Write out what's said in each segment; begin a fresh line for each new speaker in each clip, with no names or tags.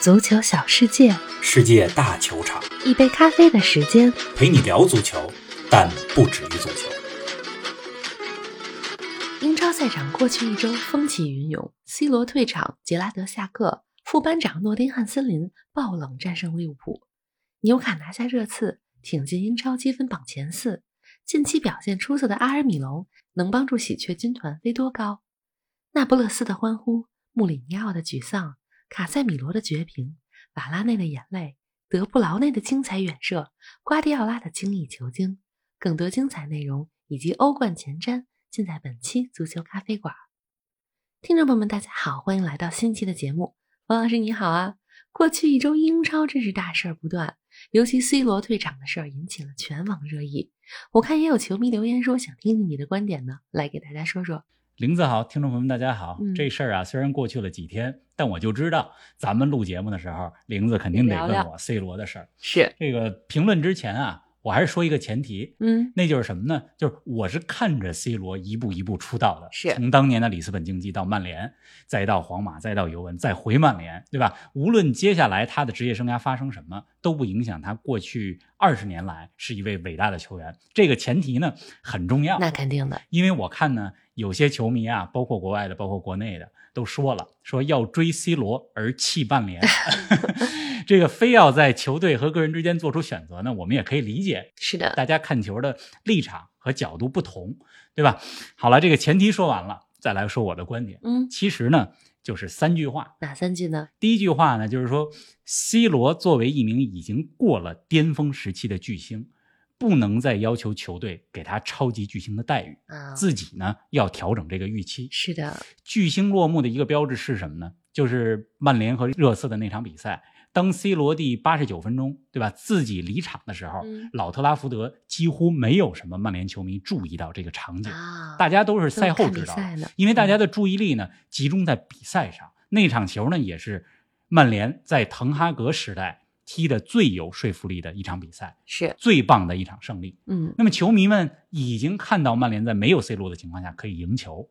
足球小世界，
世界大球场
一杯咖啡的时间。
陪你聊足球，但不止于足球。
英超赛场过去一周风起云涌，C 罗退场，杰拉德下课，副班长诺丁汉森林爆冷战胜利物浦，纽卡拿下热刺，挺进英超积分榜前四。近期表现出色的阿尔米隆能帮助喜鹊军团飞多高？那不勒斯的欢呼，穆里尼奥的沮丧，卡塞米罗的绝平，瓦拉内的眼泪，德布劳内的精彩远射，瓜迪奥拉的精益求精。更多精彩内容以及欧冠前瞻，尽在本期足球咖啡馆。听众朋友们，大家好，欢迎来到新期的节目。王老师你好啊！过去一周英超真是大事儿不断，尤其 C 罗退场的事儿引起了全网热议。我看也有球迷留言说想听听你的观点呢，来给大家说说。
玲子好，听众朋友们大家好。
嗯
这事儿啊，虽然过去了几天，但我就知道咱们录节目的时候，玲子肯定得
聊
问
聊
我 C 罗的事儿。
是，
这个评论之前啊，我还是说一个前提，
嗯，
那就是什么呢？就是我是看着 C 罗一步一步出道的，
是
从当年的里斯本竞技到曼联，再到皇马，再到尤文，再回曼联，对吧？无论接下来他的职业生涯发生什么，都不影响他过去二十年来是一位伟大的球员。这个前提呢很重要。
那肯定的，
因为我看呢，有些球迷啊，包括国外的，包括国内的，都说了，说要追 C 罗而弃 曼联， 这个非要在球队和个人之间做出选择呢，我们也可以理解，
是的，
大家看球的立场和角度不同，对吧？好了，这个前提说完了，再来说我的观点。
嗯，
其实呢，就是三句话。
哪三句呢？
第一句话呢，就是说，C 罗作为一名已经过了巅峰时期的巨星，不能再要求球队给他超级巨星的待遇。
啊，
自己呢要调整这个预期。
是的，
巨星落幕的一个标志是什么呢？就是曼联和热刺的那场比赛，当 C 罗第八十九分钟，对吧，自己离场的时候，
嗯
老特拉福德几乎没有什么曼联球迷注意到这个场景，
啊，
大家都是赛后
看比
知道的，
赛嗯呢，
因为大家的注意力呢集中在比赛上。那场球呢，也是曼联在滕哈格时代踢的最有说服力的一场比赛，
是，
最棒的一场胜利。
嗯，
那么球迷们已经看到曼联在没有 C 罗的情况下可以赢球，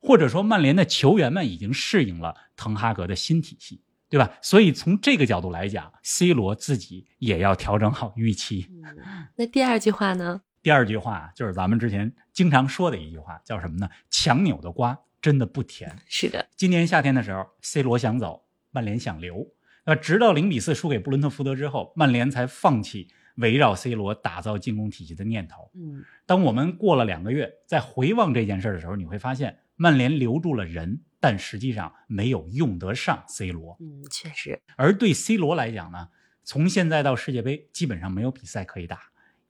或者说曼联的球员们已经适应了滕哈格的新体系，对吧？所以从这个角度来讲，C 罗自己也要调整好预期。
嗯那第二句话呢？
第二句话就是咱们之前经常说的一句话，叫什么呢？强扭的瓜真的不甜。
是的，
今年夏天的时候，C 罗想走，曼联想留。那直到零比四输给布伦特福德之后，曼联才放弃围绕 C 罗打造进攻体系的念头。
嗯，
当我们过了两个月再回望这件事儿的时候，你会发现曼联留住了人，但实际上没有用得上 C 罗。
嗯，确实，
而对 C 罗来讲呢，从现在到世界杯，基本上没有比赛可以打，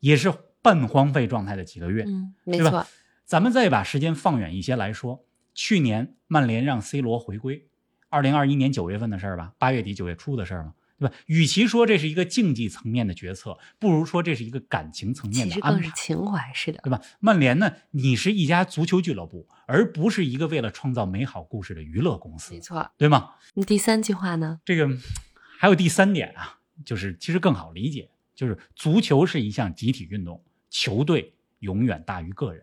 也是半荒废状态的几个月。
嗯，没
对吧
错，
咱们再把时间放远一些来说，去年曼联让 C 罗回归，二零二一年九月份的事儿吧，八月底九月初的事儿嘛，对吧？与其说这是一个竞技层面的决策，不如说这是一个感情层面
其
的
实
安
更
排
是。情怀，是的，
对吧？曼联呢，你是一家足球俱乐部，而不是一个为了创造美好故事的娱乐公司
没，错。
对吗？
那第三句话呢？
这个嗯还有第三点啊，就是其实更好理解，就是足球是一项集体运动，球队永远大于个人。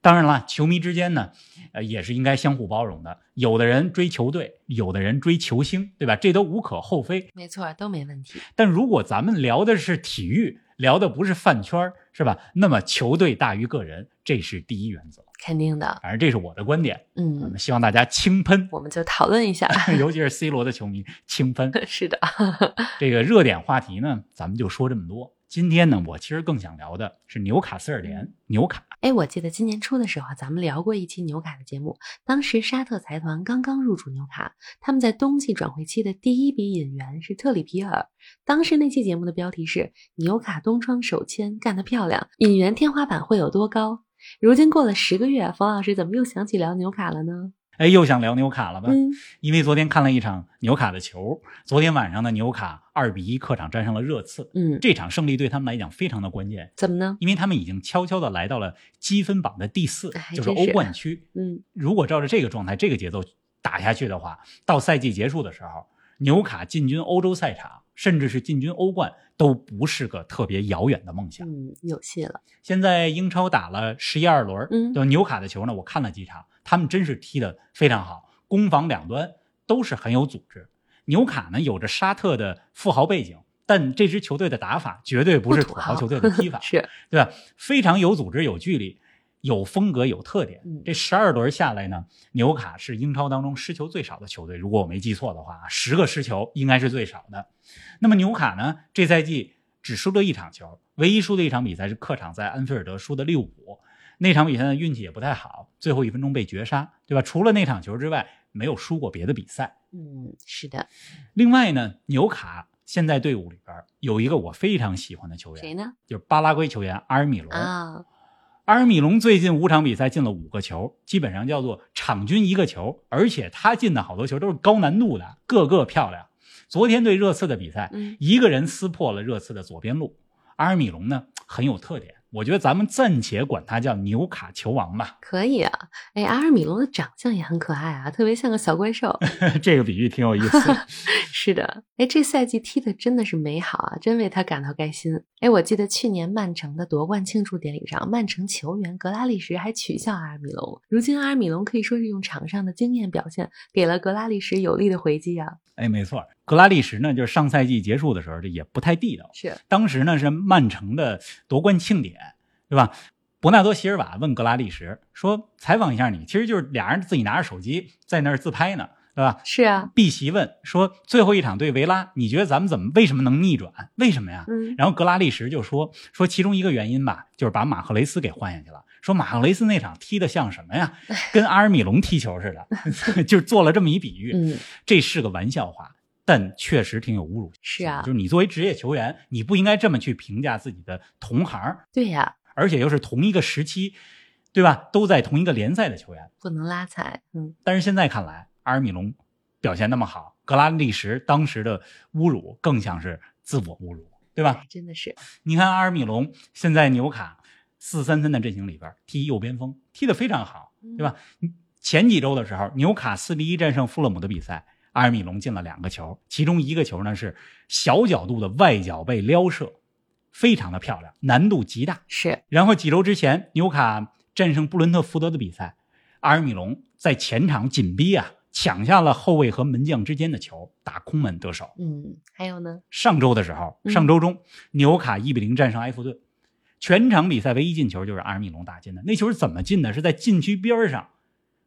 当然了，球迷之间呢，呃，也是应该相互包容的。有的人追球队，有的人追球星，对吧？这都无可厚非。
没错，都没问题。
但如果咱们聊的是体育，聊的不是饭圈儿，是吧？那么球队大于个人，这是第一原则。
肯定的，
反正这是我的观点，我
嗯
们，希望大家轻喷，
我们就讨论一下。
尤其是 C 罗的球迷轻喷。
是的，
这个热点话题呢，咱们就说这么多。今天呢，我其实更想聊的是纽卡斯尔联，纽卡
哎，我记得今年初的时候啊，咱们聊过一期纽卡的节目，当时沙特财团刚刚入主纽卡，他们在冬季转会期的第一笔引援是特里皮尔。当时那期节目的标题是“纽卡东窗首签干得漂亮，引援天花板会有多高”。如今过了十个月，啊冯老师怎么又想起聊纽卡了呢？
哎，又想聊纽卡了吧？
嗯，
因为昨天看了一场纽卡的球，昨天晚上的纽卡二比一客场战胜了热刺，
嗯，
这场胜利对他们来讲非常的关键，
怎么呢？
因为他们已经悄悄的来到了积分榜的第四
哎还，
就
真
欧
是
冠区。
嗯，
如果照着这个状态、这个节奏打下去的话，到赛季结束的时候，纽卡进军欧洲赛场，甚至是进军欧冠，都不是个特别遥远的梦想。
嗯，有戏了。
现在英超打了十一二轮，
嗯
对吧纽卡的球呢，我看了几场，他们真是踢得非常好，攻防两端都是很有组织。纽卡呢有着沙特的富豪背景，但这支球队的打法绝对不是
不土
土豪
豪，
球队的踢 法
是
对吧？非常有组织、有纪律、有风格、有特点
嗯。
这十二轮下来呢，纽卡是英超当中失球最少的球队，如果我没记错的话，啊十个失球应该是最少的。那么纽卡呢，这赛季只输了一场球，唯一输的一场比赛是客场在安菲尔德输的六五。那场比赛呢运气也不太好，最后一分钟被绝杀，对吧？除了那场球之外，没有输过别的比赛。
嗯是的，
另外呢，纽卡现在队伍里边儿有一个我非常喜欢的球
谁
员，
呢？
就是巴拉圭球员阿尔米隆。
啊，
阿尔米隆最近五场比赛进了五个球，基本上叫做场均一个球，而且他进的好多球都是高难度的，个个漂亮。昨天对热刺的比赛，
嗯
一个人撕破了热刺的左边路。阿尔米隆呢很有特点，我觉得咱们暂且管他叫纽卡球王吧，
可以啊。哎，阿尔米隆的长相也很可爱啊，特别像个小怪 兽。
这个比喻挺有意思。
是的，哎，这赛季踢的真的是美好啊，真为他感到开心。哎，我记得去年曼城的夺冠庆祝典礼上，曼城球员格拉利什还取笑阿尔米隆。如今阿尔米隆可以说是用场上的经验表现，给了格拉利什有力的回击啊。
哎，没错，格拉利什呢，就是上赛季结束的时候这也不太地道，
是，
当时呢是曼城的夺冠庆典，对吧？伯纳多·席尔瓦问格拉利什说：“采访一下你。”其实就是俩人自己拿着手机在那儿自拍呢，对吧？
是啊，
碧玺问说：“最后一场对维拉，你觉得咱们怎么为什么能逆转？为什么呀？”
嗯，
然后格拉利什就说：“说其中一个原因吧，就是把马赫雷斯给换下去了。说马赫雷斯那场踢得像什么呀？
哎
跟阿尔米隆踢球似 的，就是做了这么一比喻。
嗯，
这是个玩笑话，但确实挺有侮辱性。
是啊
就是你作为职业球员，你不应该这么去评价自己的同行，
对呀、
而且又是同一个时期，对吧？都在同一个联赛的球员。
不能拉踩，嗯，
但是现在看来，阿尔米隆表现那么好，格拉利什当时的侮辱更像是自我侮辱，对吧？
哎真的是，
你看阿尔米隆现在纽卡四三三的阵型里边踢右边锋，踢得非常好，对吧？前几周的时候，纽卡四比一战胜富勒姆的比赛，阿尔米隆进了两个球，其中一个球呢是小角度的外脚背撩射，非常的漂亮，难度极大。
是，
然后几周之前，纽卡战胜布伦特福德的比赛，阿尔米隆在前场紧逼啊，抢下了后卫和门将之间的球，打空门得手。
嗯，还有呢，
上周的时候，
嗯
上周中，纽卡一比零战胜埃弗顿，全场比赛唯一进球就是阿尔米隆打进的。那球是怎么进的？是在禁区边儿上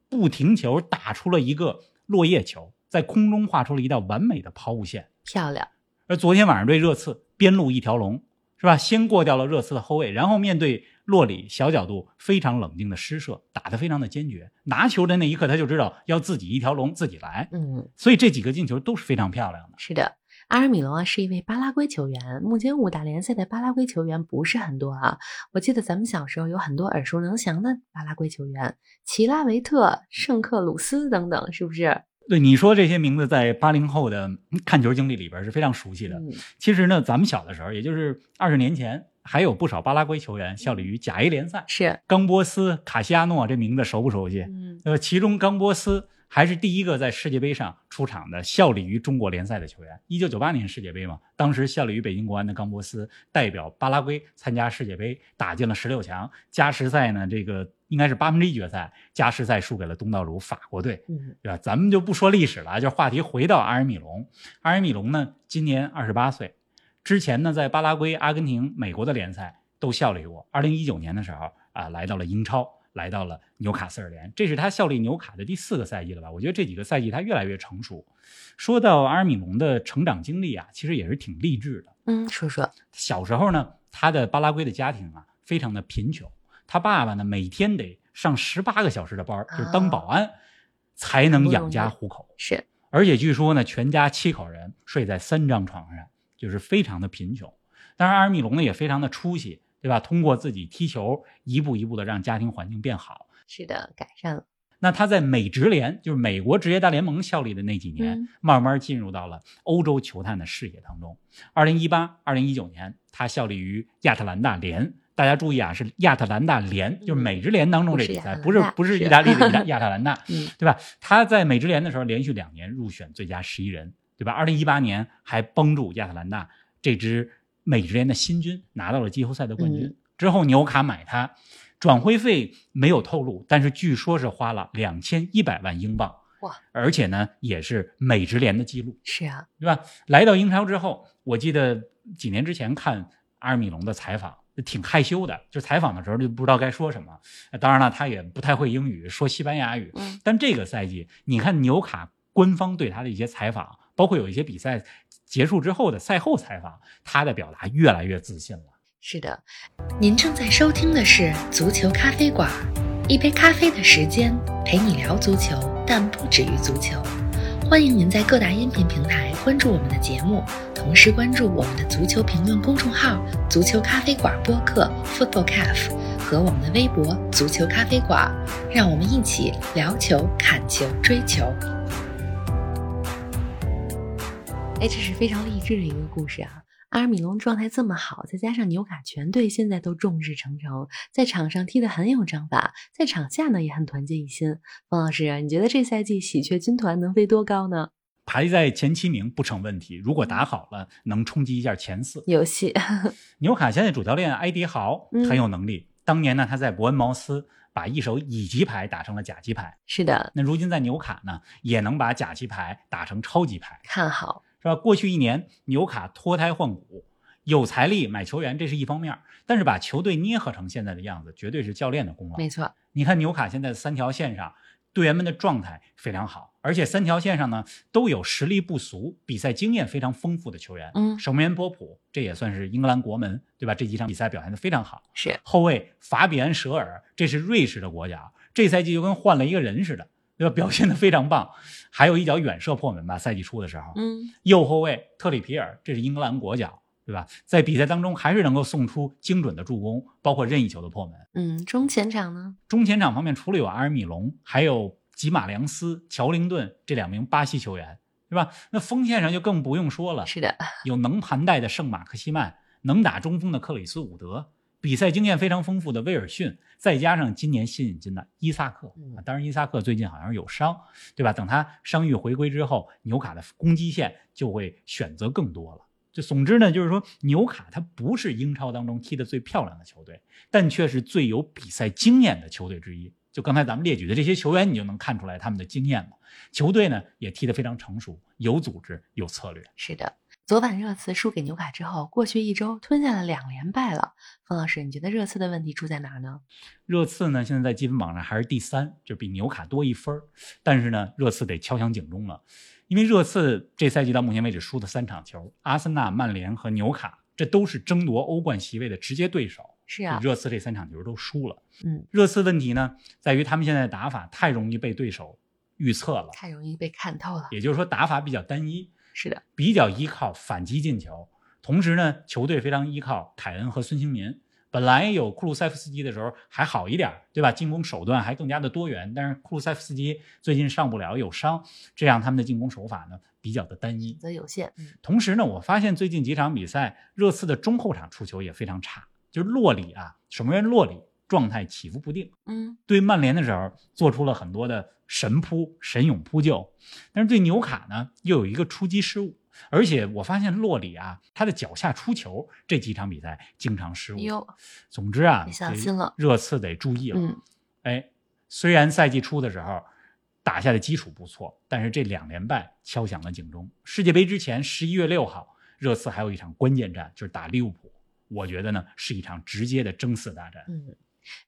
不停球打出了一个落叶球，在空中画出了一道完美的抛物线。
漂亮，
而昨天晚上对热刺边路一条龙，是吧？先过掉了热刺的后卫，然后面对洛里小角度非常冷静的施射，打得非常的坚决。拿球的那一刻，他就知道要自己一条龙自己来，
嗯。
所以这几个进球都是非常漂亮的。
是的，阿尔米隆啊是一位巴拉圭球员。目前五大联赛的巴拉圭球员不是很多啊。我记得咱们小时候有很多耳熟能详的巴拉圭球员，齐拉维特、圣克鲁斯等等，是不是？
对你说这些名字，在八零后的看球经历里边是非常熟悉的。
嗯，
其实呢，咱们小的时候，也就是二十年前，还有不少巴拉圭球员效力于甲 A 联赛。
是，
冈波斯、卡西亚诺这名字熟不熟悉？
嗯，
呃，其中冈波斯还是第一个在世界杯上出场的效力于中国联赛的球员。一九九八年世界杯嘛，当时效力于北京国安的冈波斯代表巴拉圭参加世界杯，打进了十六强。加时赛呢，这个应该是八分之一决赛，加时赛输给了东道主法国队。
嗯，
对吧？咱们就不说历史了啊，就话题回到阿尔米隆。阿尔米隆呢，今年二十八岁，之前呢在巴拉圭、阿根廷、美国的联赛都效力过。二零一九年的时候啊，来到了英超，来到了纽卡斯尔联，这是他效力纽卡的第四个赛季了吧？我觉得这几个赛季他越来越成熟。说到阿尔米隆的成长经历啊，其实也是挺励志的。
嗯，说说，
小时候呢，他的巴拉圭的家庭啊，非常的贫穷。他爸爸呢，每天得上十八个小时的班儿，就是当保安，才能养家糊口。
是，
而且据说呢，全家七口人睡在三张床上，就是非常的贫穷。当然，阿尔米隆呢也非常的出息，对吧？通过自己踢球，一步一步的让家庭环境变好。
是的，改善了，
那他在美职联，就是美国职业大联盟效力的那几年，
嗯
慢慢进入到了欧洲球探的视野当中。二零一八、二零一九年，他效力于亚特兰大联。大家注意啊，是亚特兰大联，
嗯
就是美职联当中这比赛，
不
不
是
是
亚特兰大是
不是意大利 的亚亚特兰大，
嗯，
对吧？他在美职联的时候连续两年入选最佳十一人，对吧？二零一八年还帮助亚特兰大这支美职联的新军拿到了季后赛的冠军。
嗯
之后纽卡买他，转会费没有透露，但是据说是花了两千一百万英镑，
哇，
而且呢也是美职联的记录，
是啊，
对吧？来到英超之后，我记得几年之前看阿尔米隆的采访，挺害羞的，就采访的时候就不知道该说什么。呃当然了，他也不太会英语，说西班牙语。
嗯
但这个赛季，你看纽卡官方对他的一些采访，包括有一些比赛结束之后的赛后采访，他的表达越来越自信了。
是的，您正在收听的是《足球咖啡馆》，一杯咖啡的时间陪你聊足球，但不止于足球。欢迎您在各大音频平台关注我们的节目，同时关注我们的足球评论公众号“足球咖啡馆”播客 （Football Cafe） 和我们的微博“足球咖啡馆”，让我们一起聊球、砍球、追球。哎，这是非常励志的一个故事啊！阿尔米隆状态这么好，再加上纽卡全队现在都众志成城，在场上踢得很有章法，在场下呢也很团结一心。方老师，你觉得这赛季喜鹊军团能飞多高呢？
排在前七名不成问题，如果打好了，能冲击一下前四。
有戏，
纽卡现在主教练埃迪豪
嗯
很有能力，当年呢他在伯恩茅斯把一手乙级牌打成了甲级牌，
是的，
那如今在纽卡呢也能把甲级牌打成超级牌，
看好，
是吧？过去一年纽卡脱胎换骨，有财力买球员这是一方面儿，但是把球队捏合成现在的样子，绝对是教练的功劳。
没错，
你看纽卡现在三条线上队员们的状态非常好，而且三条线上呢都有实力不俗、比赛经验非常丰富的球员。
嗯
守门员波普这也算是英格兰国门，对吧？这几场比赛表现得非常好。
是
后卫法比安·舍尔，这是瑞士的国脚，这赛季就跟换了一个人似的，对吧？表现得非常棒，还有一脚远射破门吧，赛季初的时候。
嗯，
右后卫特里皮尔，这是英格兰国脚，对吧？在比赛当中还是能够送出精准的助攻，包括任意球的破门。
嗯，中前场呢？
中前场方面，除了有阿尔米隆，还有吉马良斯、乔林顿这两名巴西球员，对吧？那锋线上就更不用说了，
是的，
有能盘带的圣马克西曼，能打中锋的克里斯伍德，比赛经验非常丰富的威尔逊，再加上今年新引进的伊萨克
嗯，
啊当然伊萨克最近好像有伤，对吧？等他伤愈回归之后，纽卡的攻击线就会选择更多了。就总之呢，就是说纽卡它不是英超当中踢得最漂亮的球队，但却是最有比赛经验的球队之一。就刚才咱们列举的这些球员，你就能看出来他们的经验了。球队呢也踢得非常成熟，有组织，有策略。
是的。昨晚热刺输给纽卡之后，过去一周吞下了两连败了。方老师，你觉得热刺的问题出在哪儿呢？
热刺呢，现在在积分榜上还是第三，就比纽卡多一分儿但是呢，热刺得敲响警钟了，因为热刺这赛季到目前为止输的三场球，阿森纳、曼联和纽卡，这都是争夺欧冠席位的直接对手。
是啊，
热刺这三场球都输了。
嗯，
热刺问题呢，在于他们现在的打法太容易被对手预测了，
太容易被看透了。
也就是说打法比较单一，
是的，
比较依靠反击进球，同时呢，球队非常依靠凯恩和孙兴民。本来有库鲁塞夫斯基的时候还好一点，对吧？进攻手段还更加的多元，但是库鲁塞夫斯基最近上不了，有伤，这让他们的进攻手法呢比较的单一
选。择有限。嗯，
同时呢，我发现最近几场比赛，热刺的中后场出球也非常差，就是洛里啊，守门员洛里状态起伏不定。
嗯，
对曼联的时候做出了很多的神扑、神勇扑救，但是对纽卡呢又有一个出击失误，而且我发现洛里啊，他的脚下出球这几场比赛经常失误。
哟，
总之啊，
你小心了
这热刺得注意了。
嗯，
哎，虽然赛季初的时候打下的基础不错，但是这两连败敲响了警钟。世界杯之前，十一月六号，热刺还有一场关键战，就是打利物浦。我觉得呢，是一场直接的争四大战。
嗯，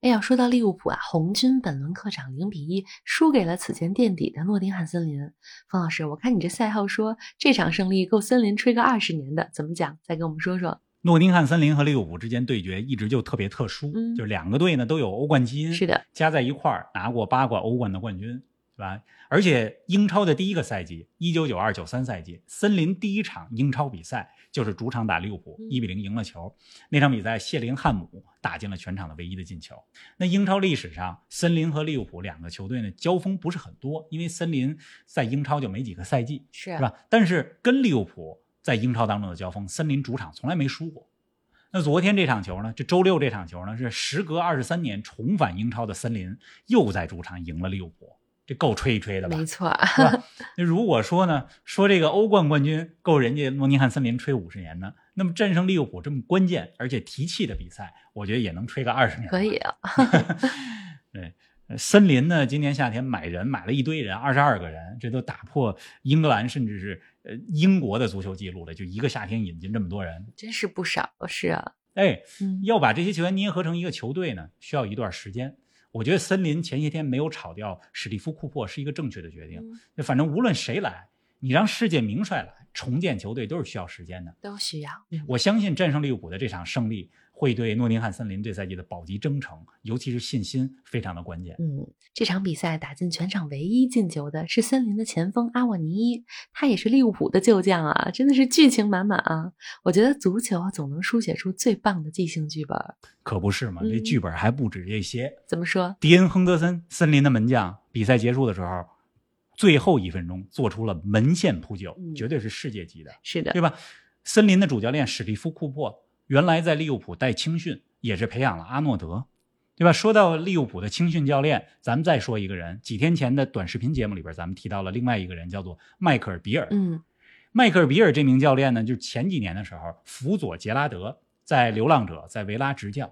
哎呀，说到利物浦啊，红军本轮客场零比一输给了此前垫底的诺丁汉森林。方老师，我看你这赛后说这场胜利够森林吹个二十年的，怎么讲？再跟我们说说。
诺丁汉森林和利物浦之间对决一直就特别特殊，
嗯
就是两个队呢都有欧冠基因，
是的，
加在一块儿拿过八冠欧冠的冠军，对吧？而且英超的第一个赛季，一九九二九三赛季，森林第一场英超比赛就是主场打利物浦，
嗯
一比零赢了球。那场比赛，谢林汉姆打进了全场的唯一的进球。那英超历史上，森林和利物浦两个球队呢交锋不是很多，因为森林在英超就没几个赛季，
是啊
是吧？但是跟利物浦在英超当中的交锋，森林主场从来没输过。那昨天这场球呢？这周六这场球呢？是时隔二十三年重返英超的森林又在主场赢了利物浦，这够吹一吹的吧？嗯
没错，
是吧？那如果说呢，说这个欧冠冠军够人家诺丁汉森林吹五十年呢，那么战胜利物浦这么关键而且提气的比赛，我觉得也能吹个二十年。
可以。啊。
对，呃森林呢，今年夏天买人买了一堆人，二十二个人，这都打破英格兰甚至是呃英国的足球记录了，就一个夏天引进这么多人。
真是不少，是啊，
哎，
嗯，
要把这些球员捏合成一个球队呢，需要一段时间。我觉得森林前些天没有炒掉史蒂夫·库珀是一个正确的决定。
嗯
就反正无论谁来，你让世界名帅来重建球队都是需要时间的。
都需要，
我相信战胜利物浦的这场胜利会对诺丁汉森林这赛季的保级征程，尤其是信心非常的关键。
嗯，这场比赛打进全场唯一进球的是森林的前锋阿沃尼伊，他也是利物浦的旧将啊，真的是剧情满满啊！我觉得足球啊总能书写出最棒的即兴剧本儿。
可不是嘛，
嗯
这剧本还不止这些。
怎么说？
迪恩·亨德森，森林的门将，比赛结束的时候，最后一分钟做出了门线扑救
嗯，
绝对是世界级的。
是的
对，吧？森林的主教练史蒂夫·库珀原来在利物浦带青训，也是培养了阿诺德，对吧？说到利物浦的青训教练，咱们再说一个人。几天前的短视频节目里边，咱们提到了另外一个人，叫做迈克尔·比尔。
嗯
迈克尔·比尔这名教练呢，就是前几年的时候辅佐杰拉德在《流浪者》在维拉执教，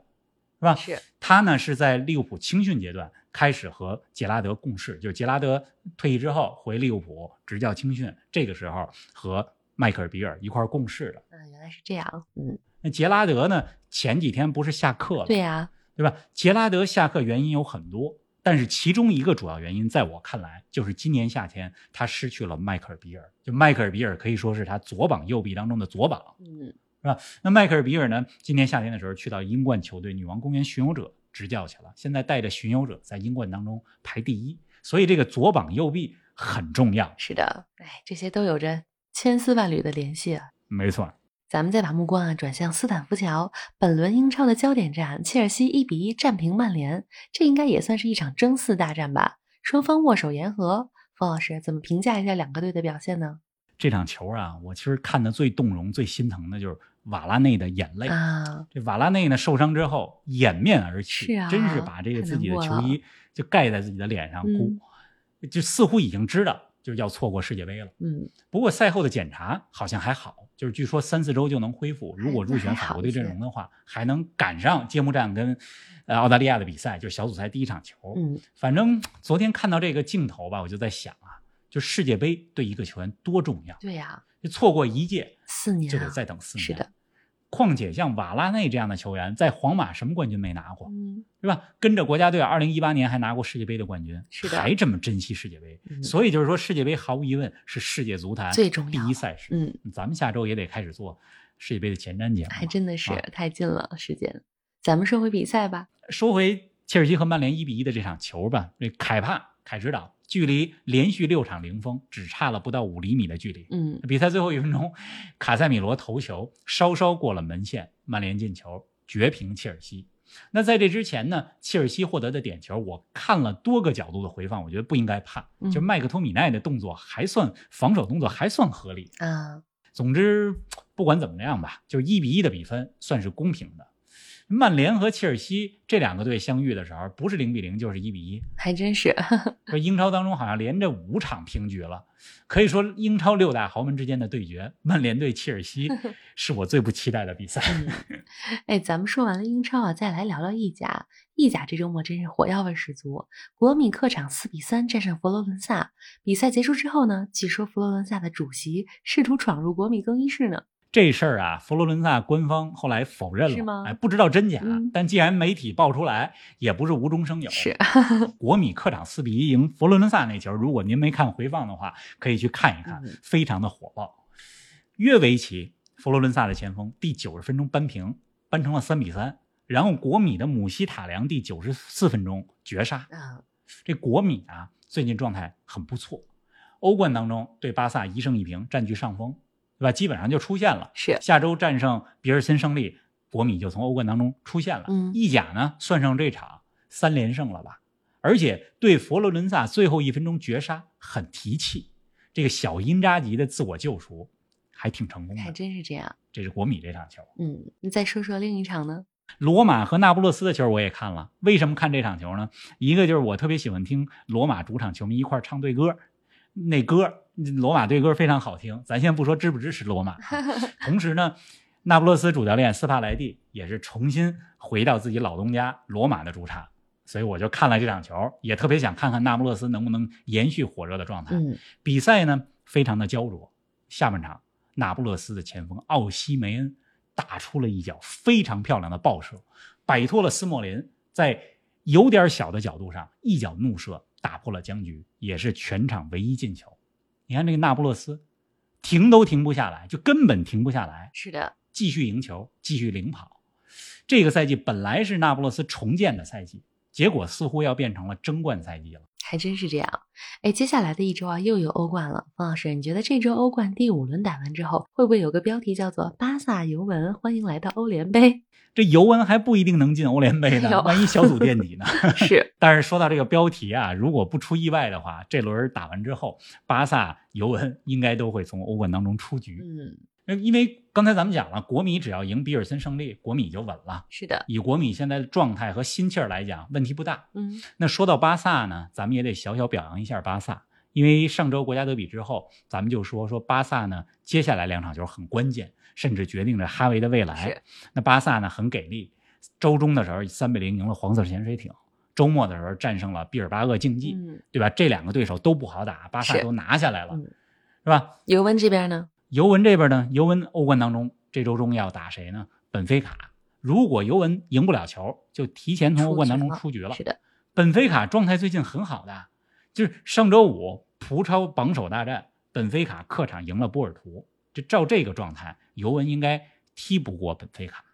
是吧？
是
他呢是在利物浦青训阶段开始和杰拉德共事，就是杰拉德退役之后回利物浦执教青训，这个时候和迈克尔·比尔一块儿共事的。
嗯，原来是这样，嗯，
那杰拉德呢，前几天不是下课了，
对呀、
对吧？杰拉德下课原因有很多，但是其中一个主要原因，在我看来，就是今年夏天他失去了迈克尔·比尔。就迈克尔·比尔可以说是他左膀右臂当中的左膀，
嗯，
那迈克尔·比尔呢？今年夏天的时候去到英冠球队女王公园巡游者执教去了，现在带着巡游者在英冠当中排第一，所以这个左膀右臂很重要。
是的，哎，这些都有着千丝万缕的联系啊。
没错，
咱们再把目光啊转向斯坦福桥，本轮英超的焦点战，切尔西一比一战平曼联，这应该也算是一场争四大战吧？双方握手言和，冯老师怎么评价一下两个队的表现呢？
这场球啊，我其实看的最动容、最心疼的就是瓦拉内的眼泪。
啊，
这瓦拉内呢受伤之后掩面而泣，
是啊
真是把这个自己的
太难
球
过了嗯
衣就盖在自己的脸上哭，就似乎已经知道就要错过世界杯了。
嗯，
不过赛后的检查好像还好，就是据说三四周就能恢复。如果入选法国队阵容的话，还能赶上揭幕战跟呃澳大利亚的比赛，就是小组赛第一场球。
嗯，
反正昨天看到这个镜头吧，我就在想啊，就世界杯对一个球员多重要，
对呀、
就错过一届
四年、
就
啊
得，再等四年。
是的，
况且像瓦拉内这样的球员，在皇马什么冠军没拿过，
嗯，
对吧？跟着国家队，二零一八年还拿过世界杯的冠军，
是的
还这么珍惜世界杯。
嗯
所以就是说，世界杯毫无疑问是世界足坛
最重要
第一赛事。
嗯，
咱们下周也得开始做世界杯的前瞻节目了。
还真的是、
啊
太近了时间。咱们说回比赛吧，
说回切尔西和曼联一比一的这场球吧，这凯帕凯指导距离连续六场零封只差了不到五厘米的距离。
嗯，
比赛最后一分钟，卡塞米罗头球稍稍过了门线，曼联进球绝平切尔西。那在这之前呢，切尔西获得的点球，我看了多个角度的回放，我觉得不应该判
嗯。
就麦克托米奈的动作还算防守动作还算合理。
啊，
总之，不管怎么样吧，就一比一的比分算是公平的。曼联和切尔西这两个队相遇的时候，不是零比零就是一比一，
还真是，
说英超当中好像连着五场平局了，可以说英超六大豪门之间的对决，曼联对切 尔西是我最不期待的比赛。
哎，咱们说完了英超啊，再来聊聊意甲。意甲这周末真是火药味十足，国米客场四比三战胜佛罗伦萨。比赛结束之后呢，据说佛罗伦萨的主席试图闯入国米更衣室呢。
这事儿啊，佛罗伦萨官方后来否认了，
是吗
哎，不知道真假。
嗯
但既然媒体爆出来，也不是无中生有。
是，
国米客场四比一赢佛罗伦萨那球，如果您没看回放的话，可以去看一看
嗯，
非常的火爆。约维奇，佛罗伦萨的前锋，第九十分钟扳平，扳成了三比三。然后国米的姆希塔良第九十四分钟绝杀，
嗯，
这国米啊，最近状态很不错，欧冠当中对巴萨一胜一平，占据上风，对吧？基本上就出现了。
是
下周战胜比尔森胜利，国米就从欧冠当中出现了。
嗯
意甲呢，算上这场三连胜了吧？而且对佛罗伦萨最后一分钟绝杀很提气，这个小因扎吉的自我救赎还挺成功
还
的。
真是这样。
这是国米这场球。
嗯，你再说说另一场呢？
罗马和那不勒斯的球我也看了，为什么看这场球呢？一个就是我特别喜欢听罗马主场球迷一块儿唱队歌，那歌罗马队歌非常好听。咱先不说支不支持罗马啊，同时呢，那不勒斯主教练斯帕莱蒂也是重新回到自己老东家罗马的主场，所以我就看了这场球，也特别想看看那不勒斯能不能延续火热的状态。
嗯
比赛呢非常的焦灼，下半场那不勒斯的前锋奥西梅恩打出了一脚非常漂亮的爆射，摆脱了斯莫林，在有点小的角度上一脚怒射打破了僵局，也是全场唯一进球。你看这个那不勒斯停都停不下来，就根本停不下来，
是的，
继续赢球，继续领跑。这个赛季本来是那不勒斯重建的赛季，结果似乎要变成了争冠赛季了。
还真是这样。哎，接下来的一周啊，又有欧冠了。方老师，你觉得这周欧冠第五轮打完之后，会不会有个标题叫做“巴萨尤文欢迎来到欧联杯
这尤文还不一定能进欧联杯
哎呦
呢，万一小组垫底呢？”？
是，
但是说到这个标题啊，如果不出意外的话，这轮打完之后，巴萨、尤文应该都会从欧冠当中出局。
嗯，
呃因为刚才咱们讲了，国米只要赢比尔森胜利，国米就稳了。
是的，
以国米现在的状态和心气儿来讲，问题不大。
嗯
那说到巴萨呢，咱们也得小小表扬一下巴萨，因为上周国家德比之后，咱们就说说巴萨呢，接下来两场球很关键，甚至决定着哈维的未
是
来。那巴萨呢很给力，周中的时候三比零赢了黄色潜水艇，周末的时候战胜了毕尔巴鄂竞技，
嗯，
对吧？这两个对手都不好打，巴萨
是
都拿下来了，
嗯
是吧？
尤文这边呢？
尤文这边呢，尤文欧冠当中这周中要打谁呢？本菲卡。如果尤文赢不了球，就提前从欧冠当中出局了。
是的，
本菲卡状态最近很好的，就是上周五葡超榜首大战，本菲卡客场赢了波尔图。这照这个状态，尤文应该踢不过本菲卡。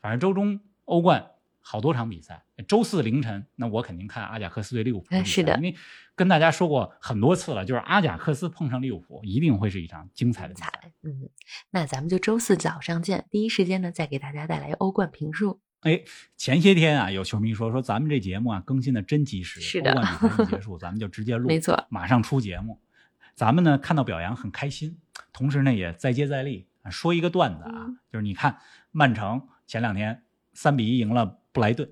反正周中欧冠好多场比赛，周四凌晨那我肯定看阿贾克斯对利物浦比
哎
赛，
是的
因为跟大家说过很多次了，就是阿贾克斯碰上利物浦一定会是一场精彩的比赛。
彩，嗯，那咱们就周四早上见，第一时间呢再给大家带来欧冠评述。
前些天啊，有球迷说说咱们这节目啊更新的真及时，
是的
欧冠比赛一结束，咱们就直接 录，
没错，
马上出节目。咱们呢看到表扬很开心，同时呢也再接再厉。啊说一个段子啊，
嗯
就是你看曼城前两天三比一赢了布莱顿，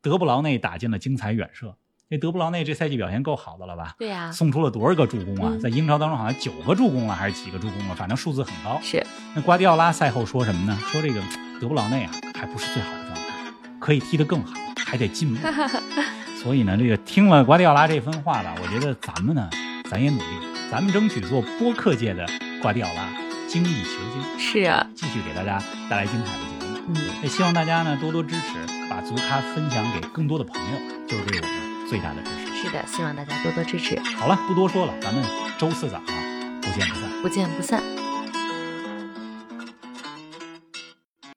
德布劳内打进了精彩远射。那德布劳内这赛季表现够好的了吧？
对呀、
送出了多少个助攻啊
啊嗯？
在英超当中好像九个助攻了，还是几个助攻了？反正数字很高。
是
那瓜迪奥拉赛后说什么呢？说这个德布劳内啊，还不是最好的状态，可以踢得更好，还得进步。 所以呢，这个听了瓜迪奥拉这番话吧，我觉得咱们呢，咱也努力，咱们争取做播客界的瓜迪奥拉，精益求精，
是啊，
继续给大家带来精彩的节目。
嗯，
也希望大家呢多多支持，把足咖分享给更多的朋友，就是对我们最大的支持。
是的，希望大家多多支持，
好了，不多说了，咱们周四早上不见不散。
不见不散，